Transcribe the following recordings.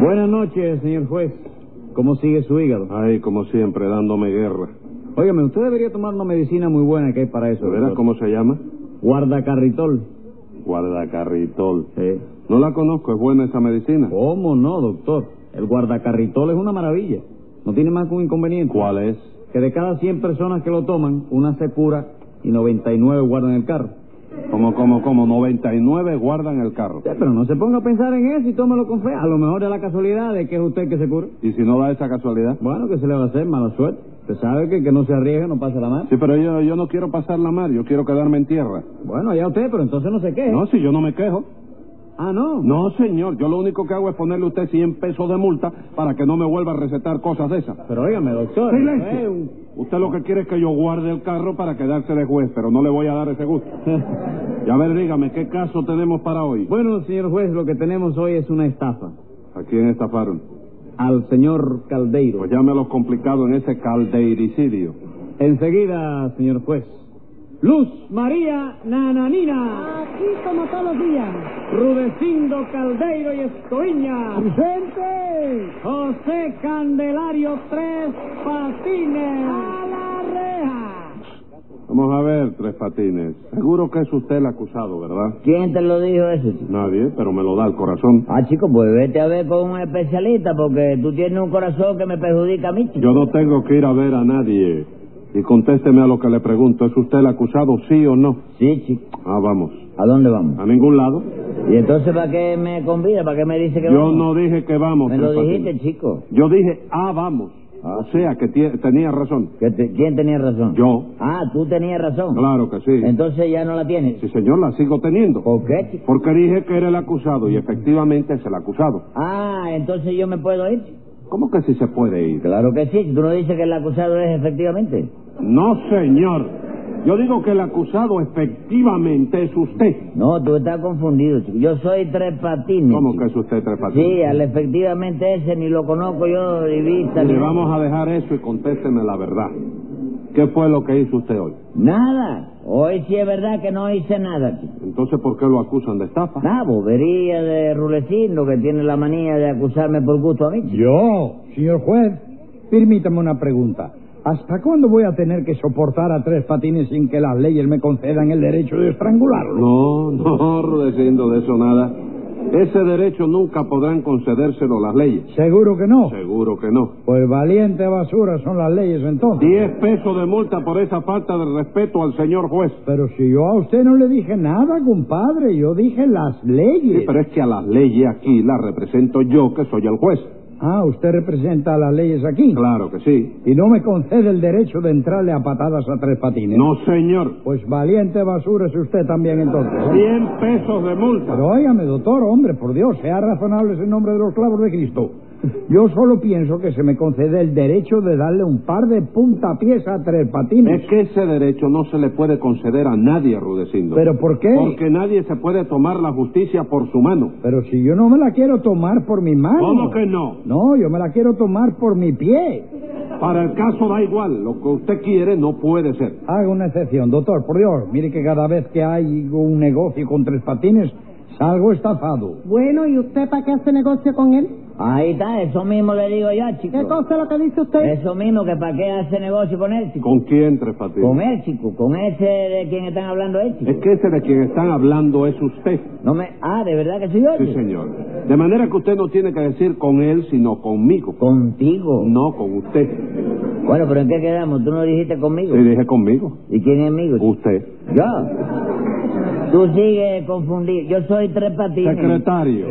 Buenas noches, señor juez. ¿Cómo sigue su hígado? Ay, como siempre, dándome guerra. Óigame, usted debería tomar una medicina muy buena que hay para eso. ¿De veras doctor. cómo se llama? Guardacarritol. Guardacarritol. Sí. No la conozco, es buena esa medicina. ¿Cómo no, doctor? El guardacarritol es una maravilla. No tiene más que un inconveniente. ¿Cuál es? Que de cada 100 personas que lo toman, una se cura y 99 guardan el carro. Como, como, como, 99 guardan el carro. Sí, pero no se ponga a pensar en eso y tómelo con fe. A lo mejor es la casualidad de que es usted el que se cura. ¿Y si no da esa casualidad? Bueno, que se le va a hacer mala suerte. Usted sabe que el que no se arriesga no pasa la mano. Sí, pero yo, yo no quiero pasar la mar, yo quiero quedarme en tierra. Bueno, ya usted, pero entonces no se queje. No, si yo no me quejo. Ah, no. No, señor, yo lo único que hago es ponerle a usted 100 pesos de multa para que no me vuelva a recetar cosas de esas. Pero óigame, doctor. Silencio. eh, un- Usted lo que quiere es que yo guarde el carro para quedarse de juez, pero no le voy a dar ese gusto. Y a ver, dígame, ¿qué caso tenemos para hoy? Bueno, señor juez, lo que tenemos hoy es una estafa. ¿A quién estafaron? Al señor Caldeiro. Pues llame a los complicados en ese caldeiricidio. Enseguida, señor juez. Luz María Nananina, Aquí como todos los días. Rudecindo Caldeiro y Escoiña, ¡Presente! José Candelario Tres Patines. ¡A la reja! Vamos a ver, Tres Patines. Seguro que es usted el acusado, ¿verdad? ¿Quién te lo dijo eso? chico? Nadie, pero me lo da el corazón. Ah, chico, pues vete a ver con un especialista porque tú tienes un corazón que me perjudica a mí, chico. Yo no tengo que ir a ver a nadie. Y contésteme a lo que le pregunto. ¿Es usted el acusado, sí o no? Sí, chico. Ah, vamos. ¿A dónde vamos? ¿A ningún lado? ¿Y entonces para qué me convida? ¿Para qué me dice que Yo vamos? no dije que vamos, Me Tres lo dijiste, Patines. chico. Yo dije, ah, vamos. O sea, que tie- tenía razón. Que te- ¿Quién tenía razón? Yo. Ah, tú tenías razón. Claro que sí. Entonces ya no la tienes. Sí, señor, la sigo teniendo. ¿Por qué, chico? Porque dije que era el acusado y efectivamente es el acusado. Ah, entonces yo me puedo ir. chico. ¿Cómo que si se puede ir? Claro que sí. Tú no dices que el acusado es efectivamente. No, señor. Yo digo que el acusado efectivamente es usted. No, tú estás confundido, chico. Yo soy tres patines. ¿Cómo chico. que es usted, Tres Patines? Sí, al efectivamente ese ni lo conozco yo de vista. Le ni- vamos a dejar eso y contésteme la verdad. ¿Qué fue lo que hizo usted hoy? Nada. Hoy sí es verdad que no hice nada. chico. Entonces, ¿por qué lo acusan de estafa? La bobería de Rulecindo que tiene la manía de acusarme por gusto a mí. chico. Yo, señor juez, permítame una pregunta. ¿Hasta cuándo voy a tener que soportar a tres patines sin que las leyes me concedan el derecho de estrangularlo? No, no, Rudecindo, de eso nada. Ese derecho nunca podrán concedérselo las leyes. Seguro que no. Seguro que no. Pues valiente basura son las leyes entonces. Diez pesos de multa por esa falta de respeto al señor juez. Pero si yo a usted no le dije nada, compadre, yo dije las leyes. Sí, pero es que a las leyes aquí las represento yo, que soy el juez. Ah, usted representa a las leyes aquí. Claro que sí. Y no me concede el derecho de entrarle a patadas a tres patines. No, señor. Pues valiente basura es usted también entonces. ¿eh? Cien pesos de multa. Pero óigame, doctor, hombre, por Dios, sea razonable en nombre de los clavos de Cristo. Yo solo pienso que se me concede el derecho de darle un par de puntapiés a tres patines. Es que ese derecho no se le puede conceder a nadie, Rudecindo. ¿Pero por qué? Porque nadie se puede tomar la justicia por su mano. Pero si yo no me la quiero tomar por mi mano. ¿Cómo que no? No, yo me la quiero tomar por mi pie. Para el caso da igual. Lo que usted quiere no puede ser. Haga una excepción, doctor, por Dios. Mire que cada vez que hay un negocio con tres patines, salgo estafado. Bueno, ¿y usted para qué hace negocio con él? Ahí está, eso mismo le digo yo, chico. ¿Qué cosa es lo que dice usted? Eso mismo que para qué hace negocio con él, chico. ¿Con quién, Tres Patines? Con él, chico. Con ese de quien están hablando él, chico. Es que ese de quien están hablando es usted. No me... Ah, ¿de verdad que soy yo? Sí, chico? señor. De manera que usted no tiene que decir con él, sino conmigo. Contigo. No con usted. Bueno, pero ¿en qué quedamos? ¿Tú no dijiste conmigo? Sí, dije conmigo. ¿Y quién es amigo? chico? Usted. Yo. Tú sigues confundido. Yo soy tres patines. Secretario,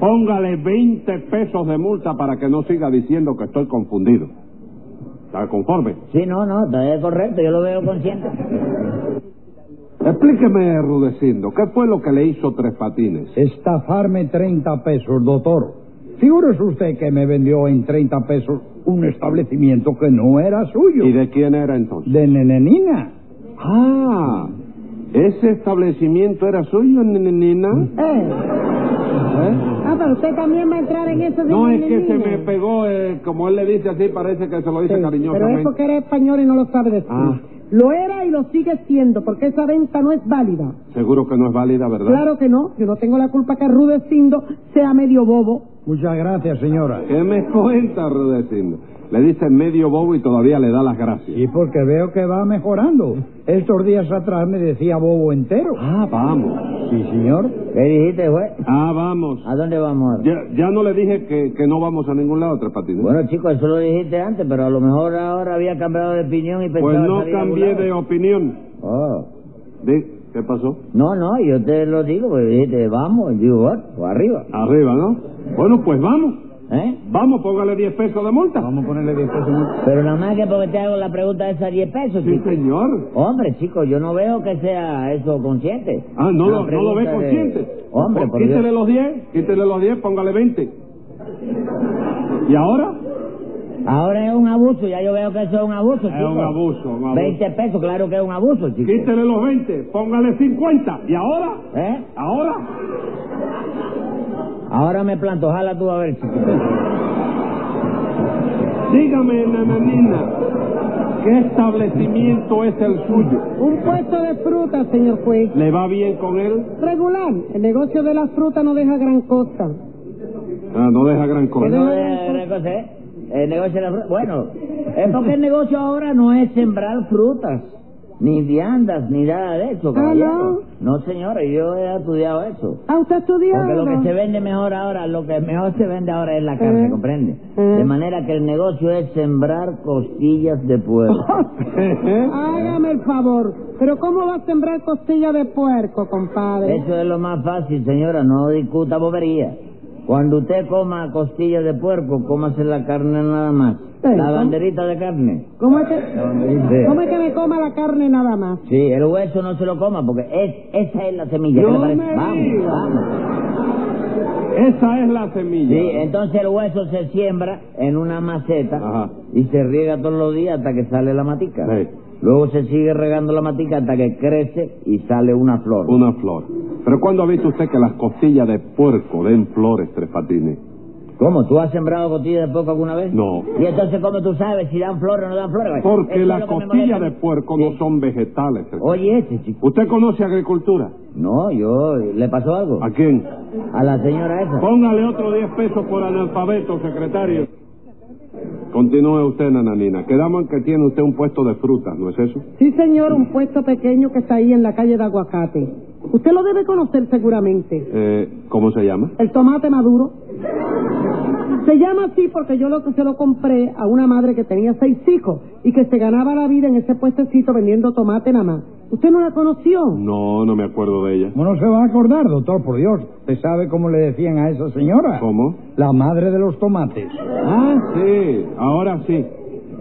póngale 20 pesos de multa para que no siga diciendo que estoy confundido. ¿Está conforme? Sí, no, no, está- es correcto, yo lo veo consciente. Explíqueme, Rudecindo, ¿qué fue lo que le hizo Tres Patines? Estafarme 30 pesos, doctor. Figúrese usted que me vendió en 30 pesos un establecimiento que no era suyo. ¿Y de quién era entonces? De nenenina. Ah, ¿ese establecimiento era suyo, nenenina? Eh, ¿Eh? Ah, pero usted también va a entrar en eso de No, es niño, que se niño. me pegó, eh, como él le dice así, parece que se lo dice Sí, Pero es cariñosamente. porque eres español y no lo sabe decir. Ah. Lo era y lo sigue siendo, porque esa venta no es válida. Seguro que no es válida, ¿verdad? Claro que no, yo no tengo la culpa que Rudecindo sea medio bobo. Muchas gracias, señora. ¿Qué me cuenta, Rudecindo? Le dice medio bobo y todavía le da las gracias. Y porque veo que va mejorando. Estos días atrás me decía bobo entero. Ah, vamos. Sí, señor. ¿Qué dijiste, juez? Ah, vamos. ¿A dónde vamos ahora? Ya, ya no le dije que, que no vamos a ningún lado, Tres Patines. Bueno, chicos, eso lo dijiste antes, pero a lo mejor ahora había cambiado de opinión y pensaba pues no salir a algún cambié lado. de opinión. Oh. Di- ¿Qué pasó? No, no, yo te lo digo, porque dijiste, vamos, yo, bueno, pues arriba. Arriba, ¿no? Bueno, pues vamos. ¿Eh? Vamos, póngale 10 pesos de multa. Vamos a ponerle 10 pesos más. Pero nada más que porque te hago la pregunta esa 10 pesos, Sí, chico. señor. Hombre, chico, yo no veo que sea eso consciente. Ah, no, Una lo, no lo ve pregunta de- consciente. Hombre, Pues por quítele Dios. los 10, quítele los 10, póngale 20. ¿Y ahora? Ahora es un abuso, ya yo veo que eso es un abuso, Es chico. un abuso, un abuso. 20 pesos, claro que es un abuso, chico. Quítele los 20, póngale 50. ¿Y ahora? ¿Eh? ¿Ahora? Ahora me planto, ojalá tú a ver, chico. Dígame, nananina, ¿qué establecimiento es el suyo? Un puesto de fruta, señor juez. ¿Le va bien con él? Regular, el negocio de la fruta no deja gran cosa. Ah, no deja gran Que cosa. no de- de cosa, ¿eh? El negocio de la fruta. Bueno, es porque el negocio ahora no es sembrar frutas, ni viandas, ni nada de eso, caballero. Ah, No, señora, yo he estudiado eso. ¿A usted estudiado? Porque lo que se vende mejor ahora, lo que mejor se vende ahora es la carne, Ujú. ¿comprende? Ujú. De manera que el negocio es sembrar costillas de puerco. Hágame el favor. Pero ¿cómo va a sembrar costilla de puerco, compadre? Eso es lo más fácil, señora, no discuta bobería. Cuando usted coma costillas de puerco, cómase la carne nada más. Sí, La ¿no? banderita de carne. ¿Cómo es que, Sí. cómo es que me coma la carne nada más? Sí, el hueso no se lo coma porque es, esa es la semilla. ¿qué No le parece? me vamos, diga. vamos. Esa es la semilla. Sí, entonces el hueso se siembra en una maceta Ajá. y se riega todos los días hasta que sale la matica. Sí. Luego se sigue regando la matica hasta que crece y sale una flor. Una flor. Pero ¿cuándo ha visto usted que las costillas de puerco den flores, Tres Patines? ¿Cómo? ¿Tú has sembrado costillas de poco alguna vez? No. ¿Y entonces cómo tú sabes si dan flores o no dan flores? Porque Eso es las lo que me costillas de molesta. puerco Sí. no son vegetales. Tres Oye, ese chico. Patines. ¿Usted conoce agricultura? No, yo... ¿Le pasó algo? ¿A quién? A la señora esa. Póngale otro 10 pesos por analfabeto, secretario. Continúe usted, nananina. Quedamos en que tiene usted un puesto de frutas, ¿no es eso? Sí, señor, un puesto pequeño que está ahí en la calle de Aguacate. Usted lo debe conocer seguramente. Eh, ¿Cómo se llama? El tomate maduro. Se llama así porque yo lo que se lo compré a una madre que tenía seis hijos y que se ganaba la vida en ese puestecito vendiendo tomate nada más. ¿Usted no la conoció? No, no me acuerdo de ella. ¿Cómo no se va a acordar, doctor? Por Dios. ¿Usted sabe cómo le decían a esa señora? ¿Cómo? La madre de los tomates. Ah, sí, ahora sí.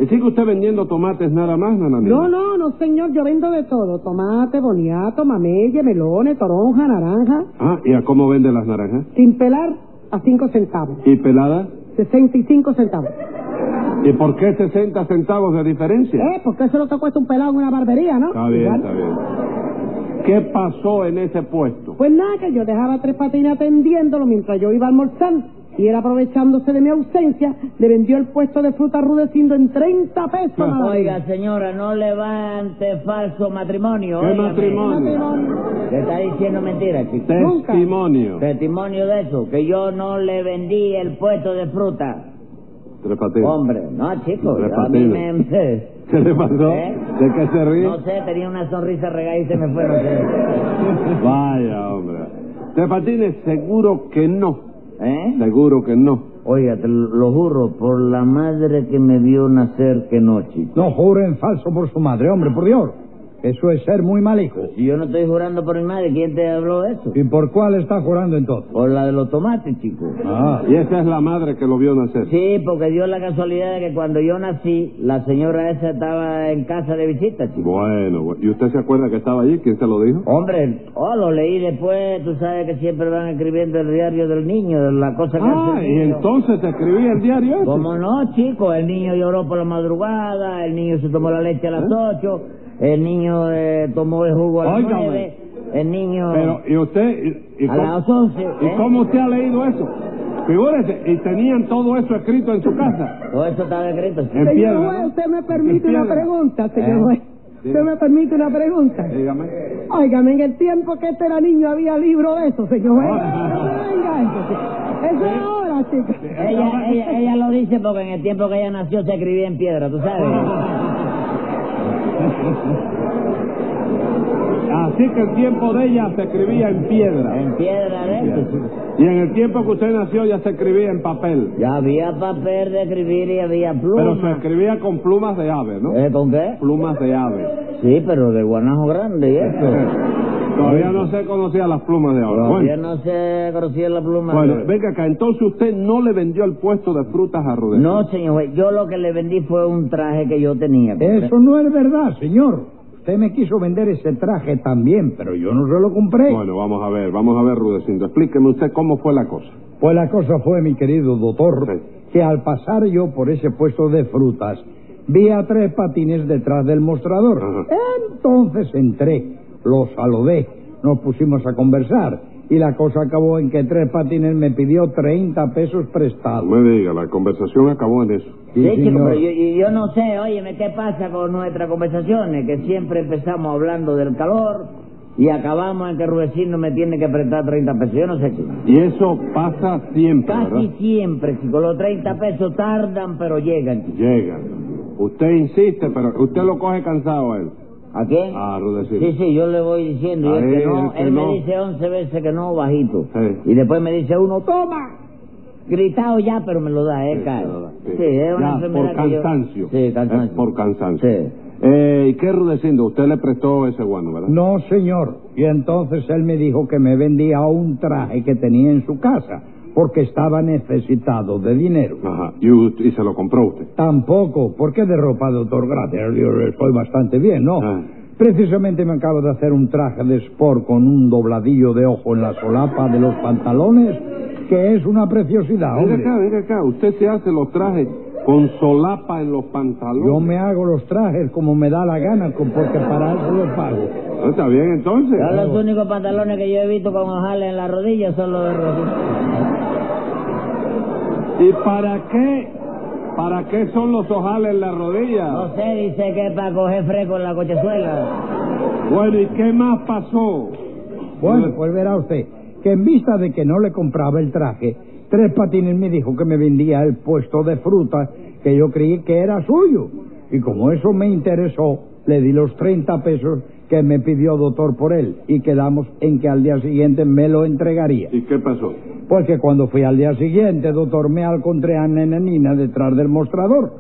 ¿Y sigue usted vendiendo tomates nada más, nananina? No, no, no, señor, yo vendo de todo. Tomate, boniato, mamelle, melones, toronja, naranja. Ah, ¿y a cómo vende las naranjas? Sin pelar, a cinco centavos. ¿Y peladas? 65 centavos. ¿Y por qué 60 centavos de diferencia? Eh, porque eso no te cuesta un pelado en una barbería, ¿no? Está bien, Igual. está bien. ¿Qué pasó en ese puesto? Pues nada, que yo dejaba tres patines atendiéndolo mientras yo iba a almorzar. Y él, aprovechándose de mi ausencia, le vendió el puesto de fruta rudeciendo en 30 pesos. nada más. Oiga, señora, no levante falso matrimonio. ¿Qué óigame. matrimonio? Le está diciendo mentira, chico. Nunca. Testimonio. Eh, Testimonio de eso, que yo no le vendí el puesto de fruta. Tres patines. Hombre, no, chico, yo a mí Repatido. me... me- ¿Qué le pasó? ¿Eh? ¿De qué se ríe? No sé, tenía una sonrisa regada y se me fue, no sé. Vaya, hombre. Tres patines, seguro que no. ¿Eh? Seguro que no. Oiga, te lo lo juro, por la madre que me vio nacer, que no, chico. No juren falso por su madre, hombre, por Dios. Eso es ser muy mal hijo. Si yo no estoy jurando por mi madre, ¿quién te habló de eso? ¿Y por cuál está jurando entonces? Por la de los tomates, chico. Ah. Y esa es la madre que lo vio nacer. Sí, porque dio la casualidad de que cuando yo nací, la señora esa estaba en casa de visita, chico. Bueno, bueno. ¿y usted se acuerda que estaba allí? ¿Quién se lo dijo? Hombre, oh, lo leí después, tú sabes que siempre van escribiendo el diario del niño, de la cosa que Ah, hace el y niño. entonces escribía el diario ese. ¿Cómo no, chico? El niño lloró por la madrugada, el niño se tomó la leche a ¿Eh? las ocho, el niño eh, tomó el jugo a las Óigame. nueve, el niño Pero, ¿y usted? ¿Y, y a cómo- las once. ¿Y ¿eh? cómo usted ha leído eso? Figúrese, y tenían todo eso escrito en su casa. Todo Oh, eso estaba escrito. chico. En Señor piedra, juez, ¿no? usted me En permite una piedra. pregunta, señor Eh. juez. ¿Usted me permite una pregunta? Dígame. Óigame, en el tiempo que este era niño había libro de eso, señor. Ah. Eso venga, eso. Eso es ahora, chicos. Ella, ella, ella lo dice porque en el tiempo que ella nació se escribía en piedra, ¿tú sabes? Así que el tiempo de ella se escribía en piedra. En piedra de Y en el tiempo que usted nació ya se escribía en papel. Ya había papel de escribir y había Pero se plumas. escribía con plumas de ave, ¿no? ¿Eh, ¿Con qué? Plumas de ave. Sí, pero de guanajo grande y eso. Todavía no se conocía las plumas de ave. Todavía Bueno, no se conocía la pluma. bueno, venga acá, entonces usted no le vendió el puesto de frutas a Rudecindo. No, señor juez, yo lo que le vendí fue un traje que yo tenía. Eso no es verdad, señor. Usted me quiso vender ese traje también, pero yo no se lo compré. Bueno, vamos a ver, vamos a ver, Rudecindo. Explíqueme usted cómo fue la cosa. Pues la cosa fue, mi querido doctor, Sí. que al pasar yo por ese puesto de frutas, vi a tres patines detrás del mostrador. Ajá. Entonces entré, los saludé, nos pusimos a conversar y la cosa acabó en que tres patines me pidió 30 pesos No prestados. me diga, la conversación acabó en eso. Sí, Sí, chico, señor. pero yo, yo- yo no sé, óyeme, ¿qué pasa con nuestras conversaciones? Que siempre empezamos hablando del calor y acabamos en que Rudecindo me tiene que prestar 30 pesos. Yo no sé, chico. Y eso pasa siempre, Casi ¿verdad? siempre, chico, los 30 pesos tardan, pero llegan, chico. Llega. Usted insiste, pero usted lo coge cansado a él. ¿A quién? A Rudecindo. Ah, Sí, sí, yo le voy diciendo. y Ahí, él que no, el que él no. me dice 11 veces que no, bajito. Sí. Y después me dice uno, ¡toma! Gritado ya, pero me lo da, Sí, es se lo da, caro. sí. Sí, es una Ya, enfermedad por que yo- cansancio. Sí, cansancio. Es por cansancio. Sí. Eh, ¿Y qué Rudecindo? Usted le prestó ese guano, ¿verdad? No, señor. Y entonces él me dijo que me vendía un traje que tenía en su casa, porque estaba necesitado de dinero. Ajá. Y, u- y se lo compró usted. Tampoco. ¿Por qué de ropa, doctor? Gracias, yo estoy bastante bien, ¿no? Ah. Precisamente me acabo de hacer un traje de sport con un dobladillo de ojo en la solapa de los pantalones, que es una preciosidad, Venga hombre. acá, venga acá. Usted se hace los trajes con solapa en los pantalones. Yo me hago los trajes como me da la gana, con- porque para eso los pago. Ah, Está bien, entonces. Yo los únicos pantalones que yo he visto con ojales en las rodillas son los de Rudecindo. ¿Y para qué? ¿Para qué son los ojales en la rodilla? No sé, dice que es para coger fresco en la cochezuela. Bueno, ¿y qué más pasó? Bueno, pues verá usted, que en vista de que no le compraba el traje, Tres Patines me dijo que me vendía el puesto de fruta que yo creí que era suyo. Y como eso me interesó, le di los 30 pesos que me pidió doctor por él y quedamos en que al día siguiente me lo entregaría. ¿Y qué pasó? Pues que cuando fui al día siguiente, doctor, me encontré a Nenanina detrás del mostrador.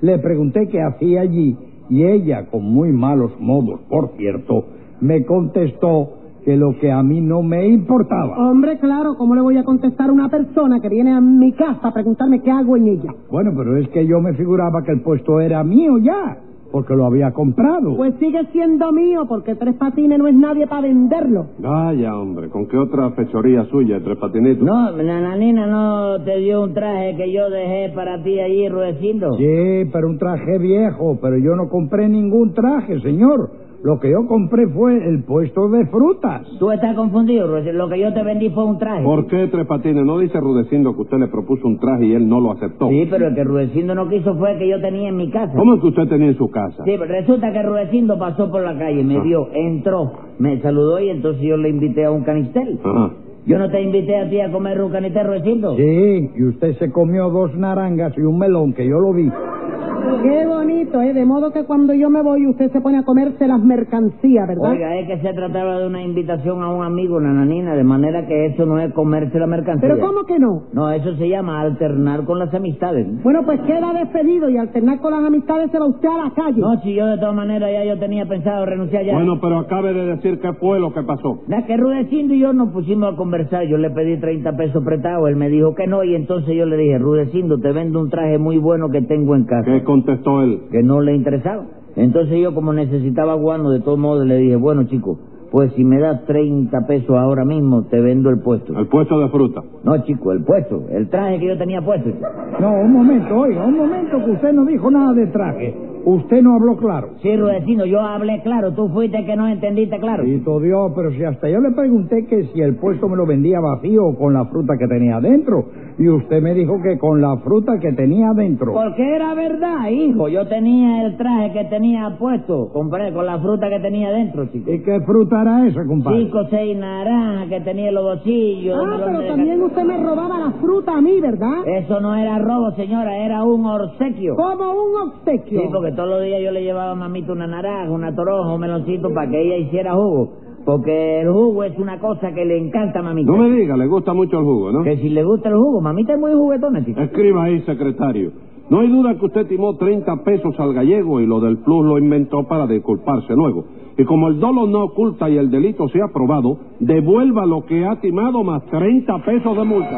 Le pregunté qué hacía allí y ella, con muy malos modos, por cierto, me contestó que lo que a mí no me importaba. Hombre, claro, ¿cómo le voy a contestar a una persona que viene a mi casa a preguntarme qué hago en ella? Bueno, pero es que yo me figuraba que el puesto era mío ya, porque lo había comprado. Pues sigue siendo mío, porque Tres Patines no es nadie para venderlo. Vaya, hombre, ¿con qué otra fechoría suya, Tres Patinitos? No, Nananina no te dio un traje que yo dejé para ti allí, Rudecindo. Sí, pero un traje viejo, pero yo no compré ningún traje, señor. Lo que yo compré fue el puesto de frutas. Tú estás confundido, Rudecindo. Lo que yo te vendí fue un traje. ¿Por qué Tres Patines? ¿No dice Rudecindo que usted le propuso un traje y él no lo aceptó? Sí, pero el que Rudecindo no quiso fue el que yo tenía en mi casa. ¿Cómo es que usted tenía en su casa? Sí, pero resulta que Rudecindo pasó por la calle, me Ah. vio, entró, me saludó y entonces yo le invité a un canistel. Ajá. Yo no te invité a ti a comer un canistel, Rudecindo. Sí, y usted se comió dos narangas y un melón, que yo lo vi. Qué bonito, ¿eh? De modo que cuando yo me voy, usted se pone a comerse las mercancías, ¿verdad? Oiga, es que se trataba de una invitación a un amigo, Nananina, de manera que eso no es comerse la mercancía. Pero ¿cómo que no? No, eso se llama alternar con las amistades. Bueno, pues queda despedido y alternar con las amistades se va usted a la calle. No, si yo de todas maneras ya yo tenía pensado renunciar ya. Bueno, pero acabe de decir qué fue lo que pasó. La que Rudecindo y yo nos pusimos a conversar, yo le pedí 30 pesos prestados, él me dijo que no y entonces yo le dije, Rudecindo, te vendo un traje muy bueno que tengo en casa. ¿Qué contestó él? que no le interesaba. Entonces yo como necesitaba guano de todos modos le dije, bueno chico, pues si me das 30 pesos ahora mismo te vendo el puesto. Al puesto de fruta. No chico, el puesto, el traje que yo tenía puesto. chico. No, un momento, oiga, un momento que usted no dijo nada de traje. Usted no habló claro. Sí, Rudecindo, yo hablé claro. Tú fuiste que no entendiste claro. Bendito Dios, pero si hasta yo le pregunté que si el puesto me lo vendía vacío o con la fruta que tenía adentro. Y usted me dijo que con la fruta que tenía adentro. Porque era verdad, hijo. Yo tenía el traje que tenía puesto. Compré con la fruta que tenía dentro, chico. ¿Y qué fruta era esa, compadre? Cinco, seis naranjas que tenía en los bolsillos. Ah, un pero melón de también usted me robaba la fruta a mí, ¿verdad? Eso no era robo, señora, era un obsequio. Como un obsequio. Sí, porque todos los días yo le llevaba a mamita una naranja, una toronja, un meloncito para que ella hiciera jugo. Porque el jugo es una cosa que le encanta a mamita. No me diga, le gusta mucho el jugo, ¿no? Que si le gusta el jugo, mamita es muy juguetona, chico. Escriba ahí, secretario. No hay duda que usted timó 30 pesos al gallego y lo del plus lo inventó para disculparse luego. Y como el dolo no oculta y el delito se ha probado, devuelva lo que ha timado más 30 pesos de multa.